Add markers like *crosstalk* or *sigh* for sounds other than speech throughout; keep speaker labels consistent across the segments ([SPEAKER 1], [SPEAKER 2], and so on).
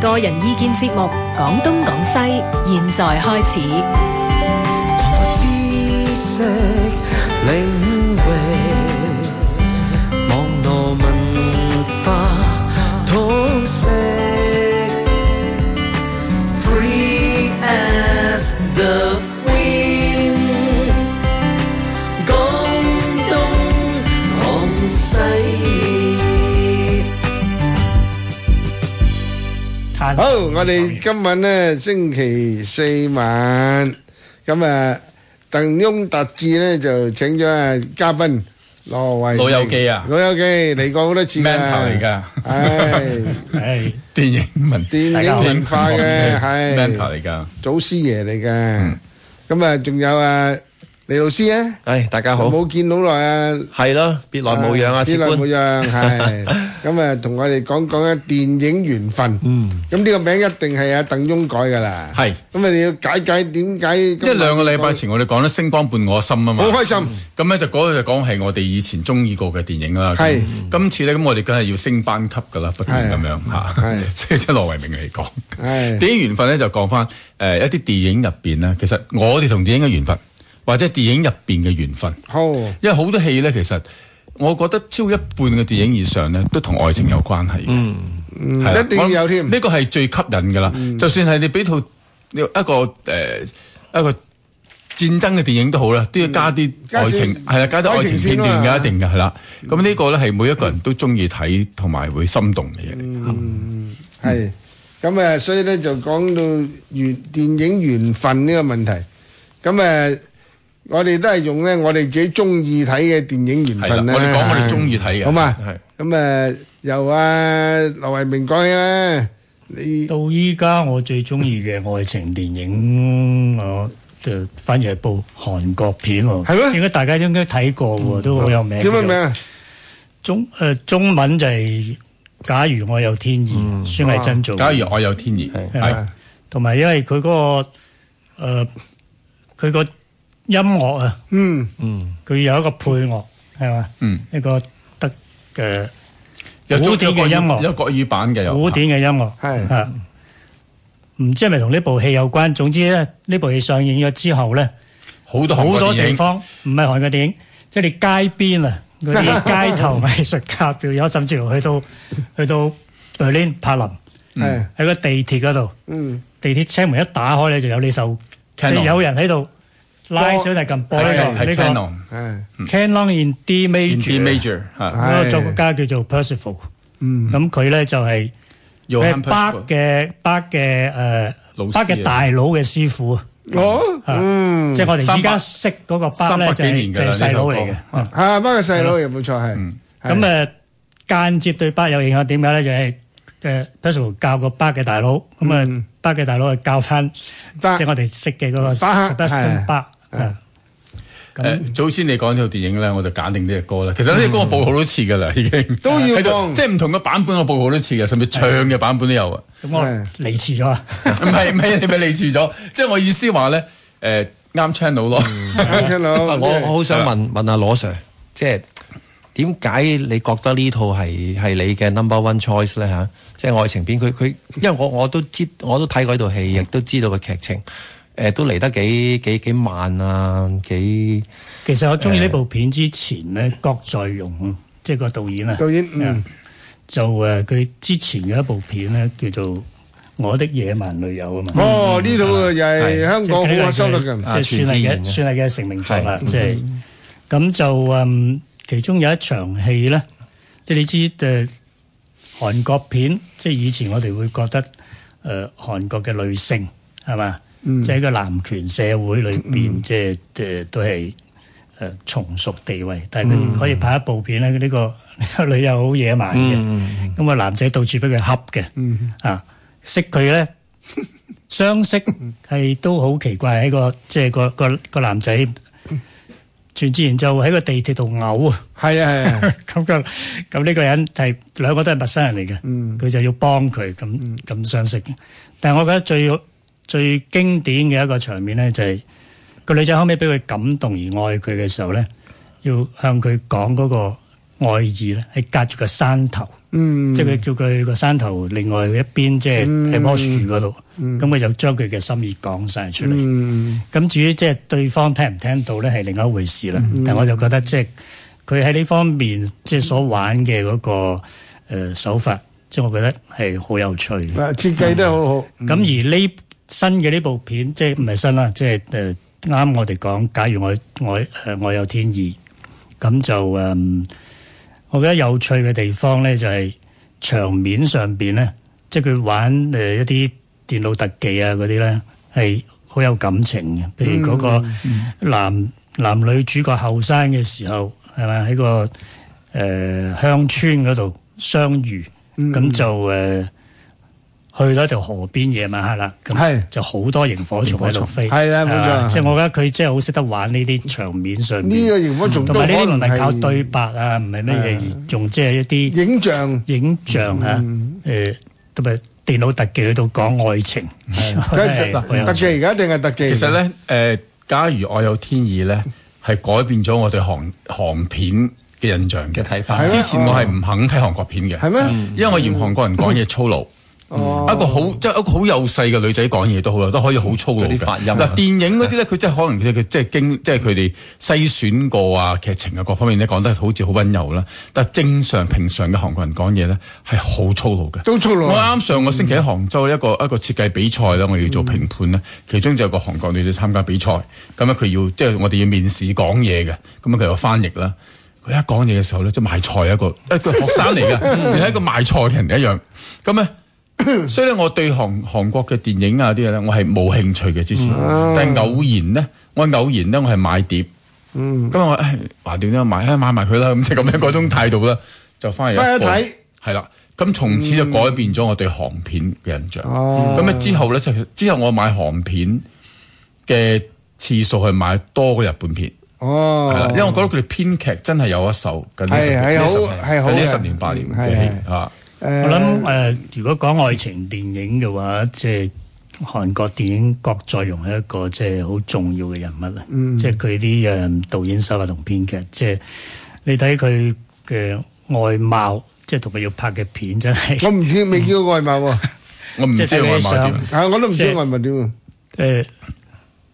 [SPEAKER 1] 個人意見節目《講東講西》，現在開始。
[SPEAKER 2] 知識領域，網絡文化通識，free as the wind。廣東廣西。
[SPEAKER 3] 彈
[SPEAKER 4] 好，我哋今晚咧星期四晚，咁啊，鄧翁達志咧就請咗啊嘉賓羅慧，
[SPEAKER 5] 老友記啊
[SPEAKER 4] 老友記嚟過好多次
[SPEAKER 5] Man 頭
[SPEAKER 4] 啊，
[SPEAKER 5] 嚟㗎
[SPEAKER 4] 唉，
[SPEAKER 5] *laughs*
[SPEAKER 3] 係
[SPEAKER 5] 電影文
[SPEAKER 4] 電
[SPEAKER 3] 大家
[SPEAKER 4] 影
[SPEAKER 3] 好
[SPEAKER 4] 文化嘅係
[SPEAKER 5] ，mentor 嚟㗎，
[SPEAKER 4] 祖師爺嚟嘅，咁啊，仲有啊李老師啊，
[SPEAKER 6] 唉，大家好，
[SPEAKER 4] 冇見好耐啊。
[SPEAKER 6] 係咯，別
[SPEAKER 4] À,
[SPEAKER 6] 來無恙啊，
[SPEAKER 4] 啲
[SPEAKER 6] 師
[SPEAKER 4] 內冇
[SPEAKER 6] 官，
[SPEAKER 5] *laughs*
[SPEAKER 4] 恙係咁啊，同我哋講講啊電影緣分。咁呢個名一定係阿鄧翁改㗎啦。
[SPEAKER 5] 係。
[SPEAKER 4] 咁啊，你要解解點解？
[SPEAKER 5] 因為兩個禮拜前我哋講咧《星光伴我心》啊嘛，
[SPEAKER 4] 啊好開心。
[SPEAKER 5] 咁咧就嗰個就講係我哋以前中意過嘅電影啦。
[SPEAKER 4] 係
[SPEAKER 5] 咁今次咧，咁我哋梗係要升班級噶啦，不斷咁樣
[SPEAKER 4] 係
[SPEAKER 5] 嚇。 *laughs* 所以即係羅維明嚟講，
[SPEAKER 4] 係
[SPEAKER 5] 電影緣分咧就講翻誒一啲電影入邊咧，其實我哋同電影嘅緣分，或者電影入邊嘅緣分，
[SPEAKER 4] 好
[SPEAKER 5] 因為好多戲咧其實。我覺得超一半嘅電影以上咧，都同愛情有關係嘅。嗯，
[SPEAKER 4] 一定要有添嗯
[SPEAKER 5] 呢個係最吸引㗎啦。就算係你俾套一個誒、呃一個戰爭嘅電影都好啦，都要加啲
[SPEAKER 4] 嗯加少
[SPEAKER 5] 愛情係啦，加啲愛情片段嘅一定嘅係啦。
[SPEAKER 4] 嗯
[SPEAKER 5] 咁呢個咧係每一個人都中意睇同埋會心動嘅嘢
[SPEAKER 4] 嗯
[SPEAKER 5] 嗯嚟。
[SPEAKER 4] 係咁啊，所以咧就講到緣電影緣分呢個問題。咁啊，我哋都係用咧我哋自己中意睇嘅電影緣
[SPEAKER 5] 係
[SPEAKER 4] 分啦。
[SPEAKER 5] 啦，我哋講我哋中意睇嘅。
[SPEAKER 4] 好嘛？
[SPEAKER 6] 係
[SPEAKER 4] 咁啊，由阿劉慧明講起啦。你
[SPEAKER 3] 到依家我最中意嘅愛情電影，我就反而係部韓國片喎。
[SPEAKER 4] 係咩
[SPEAKER 3] 應該大家應該睇過喎，都好有名。
[SPEAKER 4] 叫咩名？啊？
[SPEAKER 3] 中誒中文就係《假如我有天意》，孫藝珍做。
[SPEAKER 5] 假如我有天意，係
[SPEAKER 3] 同埋因為佢嗰個誒佢個音樂啊，
[SPEAKER 4] 嗯，
[SPEAKER 3] 佢有一個配樂係嘛？
[SPEAKER 5] 嗯，
[SPEAKER 3] 一個德嘅
[SPEAKER 5] 有
[SPEAKER 3] 古典嘅音樂
[SPEAKER 5] 有國語版嘅有
[SPEAKER 3] 古典嘅音樂
[SPEAKER 4] 係
[SPEAKER 3] 啊，唔知係咪同呢部戲有關？總之咧，呢部戲上映咗之後咧，
[SPEAKER 5] 好多
[SPEAKER 3] 好
[SPEAKER 5] 好
[SPEAKER 3] 多
[SPEAKER 5] 多
[SPEAKER 3] 地
[SPEAKER 5] 地方
[SPEAKER 3] 方唔係韓國電影，即係你街邊啊，嗰
[SPEAKER 5] *laughs*
[SPEAKER 3] 啲街頭藝術家表演，甚至乎去到去到 Berlin 柏林
[SPEAKER 4] 係
[SPEAKER 3] 喺個地鐵嗰度，
[SPEAKER 4] 嗯
[SPEAKER 3] 地鐵車門一打開咧就有呢首，即
[SPEAKER 5] Canon
[SPEAKER 3] 係有人喺度拉小提琴播呢個
[SPEAKER 5] 係
[SPEAKER 3] 呢
[SPEAKER 5] Canon
[SPEAKER 3] 個
[SPEAKER 4] 係
[SPEAKER 3] Canon in D
[SPEAKER 5] in D
[SPEAKER 3] major，
[SPEAKER 5] major 嚇
[SPEAKER 3] 嗰
[SPEAKER 4] 係
[SPEAKER 3] 個作曲家叫做 Percival，
[SPEAKER 4] 嗯
[SPEAKER 3] 咁佢咧就係。佢係
[SPEAKER 5] Johann
[SPEAKER 3] 北
[SPEAKER 5] Percival
[SPEAKER 3] 嘅北嘅誒
[SPEAKER 5] 老師啊
[SPEAKER 3] 北嘅大佬嘅師傅，
[SPEAKER 4] 哦嗯
[SPEAKER 3] 即係我哋而
[SPEAKER 5] 三
[SPEAKER 3] 家
[SPEAKER 5] 百
[SPEAKER 3] 識嗰個北
[SPEAKER 5] 三
[SPEAKER 3] 咧
[SPEAKER 5] 百
[SPEAKER 3] 就
[SPEAKER 5] 幾
[SPEAKER 3] 係
[SPEAKER 5] 年
[SPEAKER 3] 就
[SPEAKER 5] 㗎啦
[SPEAKER 3] 係細佬嚟嘅
[SPEAKER 5] 呢首。歌
[SPEAKER 3] 嗯
[SPEAKER 4] 啊，包括細佬又冇錯係。係
[SPEAKER 3] 咁誒間接對北有影響，點解咧？就係誒 p e r c i v a 教個北嘅大佬，咁啊北嘅大佬係教翻
[SPEAKER 4] 北
[SPEAKER 3] 即係我哋識嘅嗰個
[SPEAKER 4] 係
[SPEAKER 3] Sebastian Bach 嗯咁
[SPEAKER 5] 誒，呃早先你講呢套電影咧，我就揀定呢隻歌啦。其實呢隻歌我報好多次㗎啦，已經
[SPEAKER 4] 嗯都要
[SPEAKER 5] 喺度
[SPEAKER 4] 放
[SPEAKER 5] 即係唔同嘅版本我報好多次嘅，甚至唱嘅版本都有啊。
[SPEAKER 3] 咁我
[SPEAKER 4] 係
[SPEAKER 3] 離遲咗啊！
[SPEAKER 5] 唔係唔係，你咪理住咗。即係我意思話咧，誒啱 channel 咯。
[SPEAKER 4] 啱聽佬，
[SPEAKER 6] 我我好想問問阿羅 Sir，即係點解你覺得呢套係係你嘅 number one choice 咧吓？即係愛情片，佢佢因為我我都知我都睇過呢套戲，亦都知道個劇情，誒、都嚟得幾幾幾慢啊，幾
[SPEAKER 3] 其實我中意呢部片之前咧，郭在容即係個導演啊，
[SPEAKER 4] 導演嗯
[SPEAKER 3] 就誒佢之前嘅一部片咧叫做《我的野蠻女友》啊嘛。
[SPEAKER 4] 哦呢套啊又係香港好啊，
[SPEAKER 3] 即
[SPEAKER 4] 收
[SPEAKER 3] 係
[SPEAKER 4] 得
[SPEAKER 3] 呢個
[SPEAKER 4] 咁。
[SPEAKER 3] 係即係算係嘅，算係嘅成名作啦。即係咁就嗯，其中有一場戲咧，即係你知誒韓國片，即係以前我哋會覺得誒韓國嘅女性係嘛，即係喺個男權社會裏邊，即係誒都係誒從屬地位，但係佢可以拍一部片咧，呢個 *laughs* 呢個女友好野蠻嘅，咁個男仔到處俾佢恰嘅，啊識佢咧。相識係都好奇怪，喺個即係個個個男仔，全智賢就喺個地鐵度嘔啊！ *laughs*
[SPEAKER 4] 係啊係啊，
[SPEAKER 3] 咁個咁呢個人係兩個都係陌生人嚟嘅，佢、就要幫佢咁咁相識。但係我覺得最最經典嘅一個場面咧，就係、個女仔後尾俾佢感動而愛佢嘅時候咧，要向佢講嗰個外移咧，係隔住個山頭，
[SPEAKER 4] 嗯
[SPEAKER 3] 即係佢叫佢個山頭另外一邊，即係喺棵樹嗰度，咁佢就將佢嘅心意講晒出嚟。
[SPEAKER 4] 嗯
[SPEAKER 3] 咁至於即係對方聽唔聽到咧，係另一回事啦。但我就覺得即係佢喺呢方面即係所玩嘅嗰、個、呃、手法，即係我覺得係好有趣嘅。
[SPEAKER 4] 啊設計得好好。
[SPEAKER 3] 咁、而呢新嘅呢部片，即係唔係新啦，即係誒啱我哋講，假如我我誒我有天意，咁就誒、嗯我覺得有趣嘅地方咧就係、場面上邊咧，即係佢玩誒、呃一啲電腦特技啊嗰啲咧，係好有感情嘅。譬如嗰個男、男女主角後生嘅時候，係咪喺個誒、呃、鄉村嗰度相遇，咁、
[SPEAKER 4] ừ,
[SPEAKER 3] 就誒。呃去咗條河邊夜晚黑啦，
[SPEAKER 4] 係
[SPEAKER 3] 咁就好多螢火蟲喺度飛，
[SPEAKER 4] 係啦冇錯
[SPEAKER 3] 係嘛即係我覺得佢真係好識得玩呢啲場面上面
[SPEAKER 4] 呢個螢火蟲都
[SPEAKER 3] 同埋呢啲唔係靠
[SPEAKER 4] 可能係
[SPEAKER 3] 對白啊，唔係乜嘢，而仲即係一啲
[SPEAKER 4] 影像
[SPEAKER 3] 影像啊，誒同埋電腦特技去到講愛情，
[SPEAKER 4] 梗
[SPEAKER 3] 係好
[SPEAKER 4] 係
[SPEAKER 3] 有
[SPEAKER 4] 特
[SPEAKER 3] 趣
[SPEAKER 4] 技而家一定係特技。
[SPEAKER 5] 其實咧，誒、假如我有天意咧，係改變咗我對韓韓片嘅印象嘅睇
[SPEAKER 4] 係
[SPEAKER 5] 法
[SPEAKER 4] 咩
[SPEAKER 5] 之前我係唔肯睇韓國片嘅，
[SPEAKER 4] 係咩
[SPEAKER 5] 嗯因為我嫌韓國人講嘢粗魯。
[SPEAKER 4] 哦
[SPEAKER 5] 一個好即係一個好幼細嘅女仔講嘢都好啦，都可以好粗魯
[SPEAKER 6] 嗰
[SPEAKER 5] 嘅
[SPEAKER 6] 啲發音啊
[SPEAKER 5] 嗱，電影嗰啲咧，佢真係可能佢佢即係經即係佢哋篩選過啊，劇情啊各方面咧講得好似好温柔啦，但係正常平常嘅韓國人講嘢咧係好粗魯嘅。
[SPEAKER 4] 都粗
[SPEAKER 5] 我
[SPEAKER 4] 魯，
[SPEAKER 5] 啱上個星期喺杭州一個一個設計比賽啦，我要做評判咧，其中就有個韓國女仔參加比賽，咁啊咧佢要即係我哋要面試講嘢嘅，咁啊佢有翻譯啦。佢一講嘢嘅時候咧，即係賣菜一個一個學生嚟嘅，你係一個賣菜嘅人一樣。咁啊咧，所以咧我對韓韓國嘅電影啊啲嘢咧，我係冇興趣嘅之前，
[SPEAKER 4] 嗯
[SPEAKER 5] 但係偶然咧，我偶然咧我係買碟，
[SPEAKER 4] 嗯
[SPEAKER 5] 咁我誒話點咧買，唉買埋佢啦，咁即係咁樣嗰種態度啦，就翻嚟
[SPEAKER 4] 翻去
[SPEAKER 5] 一部
[SPEAKER 4] 睇嗯
[SPEAKER 5] 係啦，咁從此就改變咗我對韓片嘅印象。
[SPEAKER 4] 哦
[SPEAKER 5] 咁啊、之後咧，就之後我買韓片嘅次數係買多過日本片，係啦、
[SPEAKER 4] 哦
[SPEAKER 5] 因，為我覺得佢哋編劇真係有一手近呢十
[SPEAKER 4] 係係
[SPEAKER 5] 年，呢十
[SPEAKER 4] 好係
[SPEAKER 5] 年
[SPEAKER 4] 好
[SPEAKER 5] 近
[SPEAKER 4] 嘅
[SPEAKER 5] 呢十年八年嘅
[SPEAKER 4] 係
[SPEAKER 5] 戲啊，
[SPEAKER 3] 我
[SPEAKER 4] 誒
[SPEAKER 3] 諗誒，如果講愛情電影嘅話，即係韓國電影郭在容係一個即係好重要嘅人物啦。
[SPEAKER 4] 嗯
[SPEAKER 3] 即係佢啲誒導演手法同編劇，即係你睇佢嘅外貌，即係同佢要拍嘅片真係 *laughs*
[SPEAKER 4] 我唔知未見過外貌喎，
[SPEAKER 5] 我唔
[SPEAKER 3] 即
[SPEAKER 5] 知
[SPEAKER 3] 係
[SPEAKER 5] 佢
[SPEAKER 3] 睇
[SPEAKER 5] 外
[SPEAKER 3] 起
[SPEAKER 5] 貌
[SPEAKER 3] 上
[SPEAKER 5] 點。
[SPEAKER 4] 啊我都唔知
[SPEAKER 3] 即係
[SPEAKER 4] 外貌點喎。
[SPEAKER 3] 誒，呃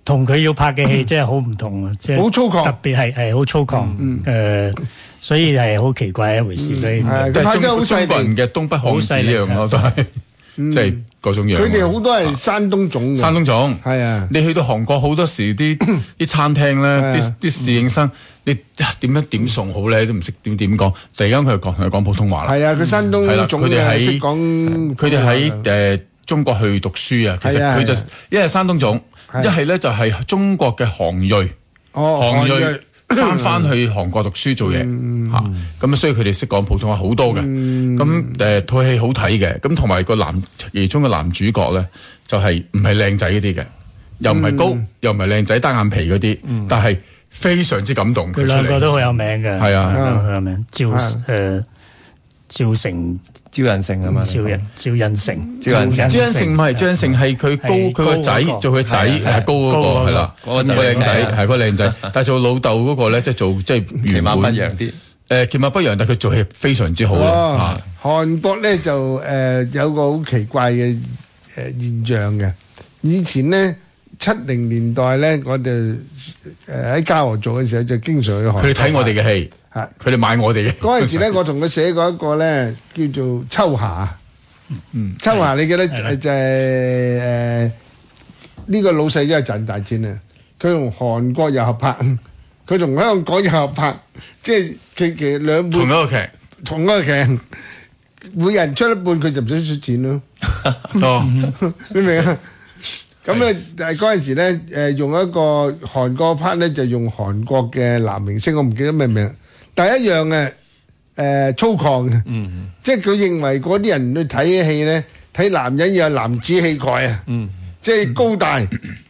[SPEAKER 3] 同佢要拍嘅戲真係好唔同啊！即係
[SPEAKER 4] 嗯好粗獷嗯
[SPEAKER 3] 特別係係好粗獷誒，所以係好奇怪一回事。所以
[SPEAKER 4] 係
[SPEAKER 5] 都
[SPEAKER 4] 佢
[SPEAKER 5] 係
[SPEAKER 4] 拍得好
[SPEAKER 5] 中
[SPEAKER 4] 細
[SPEAKER 5] 中國人嘅東北漢子一樣咯，啊都係 *laughs* 即係嗰種樣。
[SPEAKER 4] 啊嗯
[SPEAKER 5] 啊
[SPEAKER 4] 佢哋好多係山東種嘅，
[SPEAKER 5] 山東總
[SPEAKER 4] 係啊
[SPEAKER 5] 你去到韓國好多時啲
[SPEAKER 4] *coughs*
[SPEAKER 5] 啲餐廳
[SPEAKER 4] 係
[SPEAKER 5] 咧，
[SPEAKER 4] 啊
[SPEAKER 5] 啲啲侍應生，你啊點樣點送好咧，都唔識點點講。突然間佢就講佢講普通話啦。
[SPEAKER 4] 係啊，佢山
[SPEAKER 5] 係
[SPEAKER 4] 東
[SPEAKER 5] 啦
[SPEAKER 4] 種
[SPEAKER 5] 佢哋
[SPEAKER 4] 嘅，
[SPEAKER 5] 喺
[SPEAKER 4] 識講
[SPEAKER 5] 佢哋喺誒中國去讀書啊，其實
[SPEAKER 4] 係啊
[SPEAKER 5] 佢就
[SPEAKER 4] 係啊
[SPEAKER 5] 一係山東總，
[SPEAKER 4] 係
[SPEAKER 5] 一係咧就係中國嘅韓裔，
[SPEAKER 4] 哦韓
[SPEAKER 5] 韓
[SPEAKER 3] *coughs*
[SPEAKER 4] 裔
[SPEAKER 5] 裔翻翻去韓國讀書做嘢
[SPEAKER 3] 嗯
[SPEAKER 5] 嚇，咁啊所以佢哋識講普通話好多嘅，咁誒套戲好睇嘅，咁同埋個男其中嘅男主角咧就係唔係靚仔嗰啲嘅，又唔係
[SPEAKER 3] 嗯
[SPEAKER 5] 高，又唔係靚仔單眼皮嗰啲，但係非常之感動
[SPEAKER 3] 佢
[SPEAKER 5] 佢出
[SPEAKER 3] 兩個
[SPEAKER 5] 嚟，
[SPEAKER 3] 都好有名嘅，
[SPEAKER 5] 係啊
[SPEAKER 3] 兩個好有名。趙
[SPEAKER 4] 嗯
[SPEAKER 3] 誒趙成、
[SPEAKER 6] 招人性啊嘛，
[SPEAKER 3] 趙嗯人、趙印成、
[SPEAKER 6] 趙印成
[SPEAKER 5] 張成唔係張成係佢高
[SPEAKER 3] 係
[SPEAKER 5] 佢個仔
[SPEAKER 3] 高嗰個
[SPEAKER 5] 做佢仔
[SPEAKER 6] 係係
[SPEAKER 5] 係高
[SPEAKER 3] 高嗰
[SPEAKER 5] 嗰
[SPEAKER 3] 個
[SPEAKER 5] 個係啦，
[SPEAKER 6] 嗰個
[SPEAKER 5] 個
[SPEAKER 6] 仔
[SPEAKER 5] 靚
[SPEAKER 6] 係
[SPEAKER 5] 仔
[SPEAKER 6] 啊
[SPEAKER 5] 係嗰個
[SPEAKER 6] *laughs*
[SPEAKER 5] 靚仔，但係做老豆嗰個咧即係做即係
[SPEAKER 6] 其
[SPEAKER 5] 原
[SPEAKER 6] 貌
[SPEAKER 5] 本
[SPEAKER 6] 不揚啲，
[SPEAKER 5] 誒其貌不揚，但係佢做戲非常之好咯
[SPEAKER 4] 哦
[SPEAKER 5] 嚇。，
[SPEAKER 4] 韓國咧就誒、呃有個好奇怪嘅誒、呃、現象嘅。以前咧七零年代咧，我哋誒喺嘉禾做嘅時候就經常去韓國
[SPEAKER 5] 佢哋睇我哋嘅戲，
[SPEAKER 4] 嚇。
[SPEAKER 5] 佢哋買我哋嘅。
[SPEAKER 4] 哦嗰陣時
[SPEAKER 5] *laughs*
[SPEAKER 4] 咧，我同佢寫過一個咧叫做秋霞。嗯，秋霞你記得就就係誒呢個老細真係賺大錢啊！佢同韓國又合拍，佢同香港又合拍，即係其其兩
[SPEAKER 5] 同一
[SPEAKER 4] 半。
[SPEAKER 5] 個劇，
[SPEAKER 4] 同嗰個劇，每人出一半，佢就唔使出錢咯，嗯
[SPEAKER 5] 哦，
[SPEAKER 4] 你明啊？咁咧，但係嗰陣時咧，誒、用一個韓國 part 咧，就用韓國嘅男明星，我唔記得咩名，但係一樣嘅誒、粗犷嘅，即係佢認為嗰啲人去睇戲咧，睇男人要有男子氣概啊，即係高大、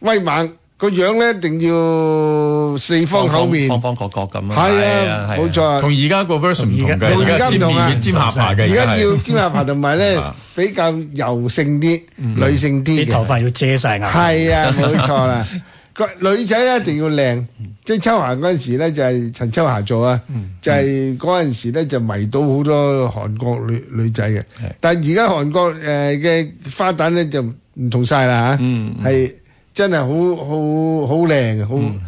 [SPEAKER 4] 威猛，個樣咧一定要四方口面，
[SPEAKER 6] 方方角角咁啊，
[SPEAKER 4] 係啊，冇錯。啊。
[SPEAKER 5] 同而家個 version 唔同嘅，
[SPEAKER 4] 同而家
[SPEAKER 5] 而家尖
[SPEAKER 4] 唔同啊
[SPEAKER 5] 面尖下巴嘅，
[SPEAKER 4] 而家
[SPEAKER 5] 係
[SPEAKER 4] 要尖下巴同埋咧
[SPEAKER 5] 啊
[SPEAKER 4] 比
[SPEAKER 5] 嗯
[SPEAKER 4] 較柔性啲、女性啲
[SPEAKER 3] 啲頭
[SPEAKER 4] 嘅，
[SPEAKER 3] 髮要遮晒眼。
[SPEAKER 4] 係啊，冇錯啦。 *laughs* 個女仔咧一定要靚，即係秋霞嗰陣時咧就係陳秋霞做啊，
[SPEAKER 5] 嗯
[SPEAKER 4] 就係嗰陣時咧就迷到好多韓國女女仔嘅。但係而家韓國誒嘅花旦咧就唔同晒啦
[SPEAKER 5] 嗯
[SPEAKER 4] 嚇，係真係好好好靚嘅，
[SPEAKER 5] 嗯
[SPEAKER 4] 好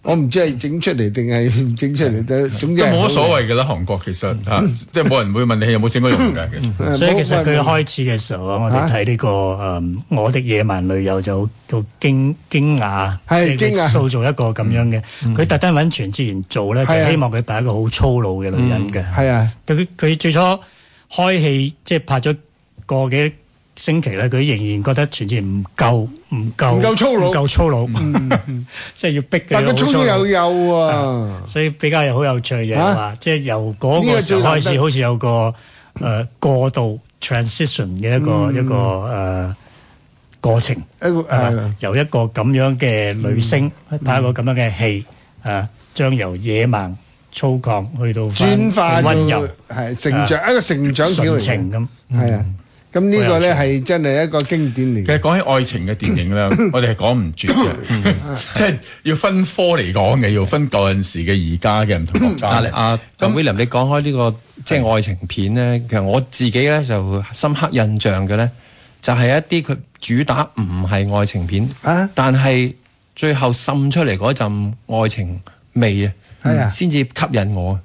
[SPEAKER 4] 我唔知係整出嚟定係唔整出嚟都，總之
[SPEAKER 5] 都
[SPEAKER 4] 係
[SPEAKER 5] 冇乜所
[SPEAKER 4] 好靚。
[SPEAKER 5] 謂嘅啦，韓國其實嚇，
[SPEAKER 4] 嗯
[SPEAKER 5] 即係冇人會問你有冇整過容嘅。其實
[SPEAKER 4] 誒
[SPEAKER 3] 所以其實
[SPEAKER 4] 冇
[SPEAKER 3] 佢
[SPEAKER 4] 冇
[SPEAKER 3] 開始嘅時候啊，我哋睇呢個誒我的野蠻女友就就驚驚訝，
[SPEAKER 4] 係
[SPEAKER 3] 即係佢
[SPEAKER 4] 驚訝
[SPEAKER 3] 塑造一個咁樣嘅。佢特登揾全智賢做咧，就
[SPEAKER 4] 係啊
[SPEAKER 3] 希望佢扮一個好粗魯嘅女人嘅。
[SPEAKER 4] 係啊，
[SPEAKER 3] 佢佢最初開戲即係拍咗個幾星期咧，佢仍然覺得全智賢唔夠唔夠
[SPEAKER 4] 唔夠粗魯
[SPEAKER 3] 唔夠粗魯， *laughs* 即係要逼佢。
[SPEAKER 4] 但佢粗粗
[SPEAKER 3] 幼。
[SPEAKER 4] 有幼喎。
[SPEAKER 3] 所以比較又好有趣嘅
[SPEAKER 4] 啊
[SPEAKER 3] 係嘛，即係由嗰個時候開始，好似有個誒、呃、過渡 transition 嘅一個、一個誒、呃、過程，
[SPEAKER 4] 嗯一個
[SPEAKER 3] 係
[SPEAKER 4] 係嗯
[SPEAKER 3] 嘛？由一個咁樣嘅女星拍一個咁樣嘅戲，啊，將由野蠻粗犷去到
[SPEAKER 4] 轉化
[SPEAKER 3] 温
[SPEAKER 4] 到
[SPEAKER 3] 柔
[SPEAKER 4] 係成長一個成長小
[SPEAKER 3] 純
[SPEAKER 4] 嚟
[SPEAKER 3] 情
[SPEAKER 4] 嘅，
[SPEAKER 3] 咁。嗯
[SPEAKER 4] 係啊。咁呢個咧
[SPEAKER 3] 好
[SPEAKER 4] 係真係一個經典嚟
[SPEAKER 5] 其
[SPEAKER 4] 嘅。
[SPEAKER 5] 實講起愛情嘅電影
[SPEAKER 4] *laughs*
[SPEAKER 5] 咧，我哋係講唔絕嘅，
[SPEAKER 4] 嗯
[SPEAKER 5] 即係要分科嚟講嘅，要分舊陣時嘅而家嘅唔同國家。
[SPEAKER 6] 阿
[SPEAKER 4] 嗯
[SPEAKER 6] 阿咁啊 William，你講開呢個即係愛情片咧，其實我自己咧就深刻印象嘅咧，就係一啲佢主打唔係愛情片，
[SPEAKER 4] 啊
[SPEAKER 6] 但係最後滲出嚟嗰陣愛情味
[SPEAKER 4] 係啊
[SPEAKER 6] 啊，先至吸引我。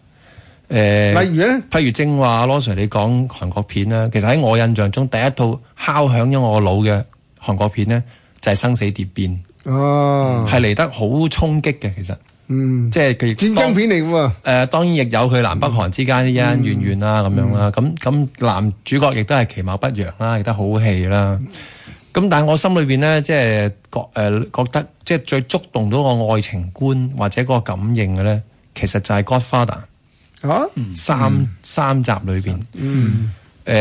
[SPEAKER 6] 誒，
[SPEAKER 4] 例如咧
[SPEAKER 6] 譬如正話羅 Sir 你講韓國片啦，其實喺我印象中第一套敲響咗我腦嘅韓國片咧，就係、生死蝶變，
[SPEAKER 4] 哦，
[SPEAKER 6] 係嚟得好衝擊嘅，其實
[SPEAKER 4] 嗯，
[SPEAKER 6] 即係佢
[SPEAKER 4] 戰爭片嚟嘅喎，
[SPEAKER 3] 哦
[SPEAKER 6] 誒、呃當然亦有佢南北韓之間啲恩恩怨怨啊啦，咁樣啦，咁咁男主角亦都係其貌不揚啦，亦都好戲啦。咁但係我心裏邊咧，即係覺誒、覺得即係最觸動到我愛情觀或者嗰個感應嘅咧，其
[SPEAKER 4] 啊
[SPEAKER 6] 實就係 Godfather
[SPEAKER 4] 嚇。
[SPEAKER 6] 三、三集裏邊。嗯。誒、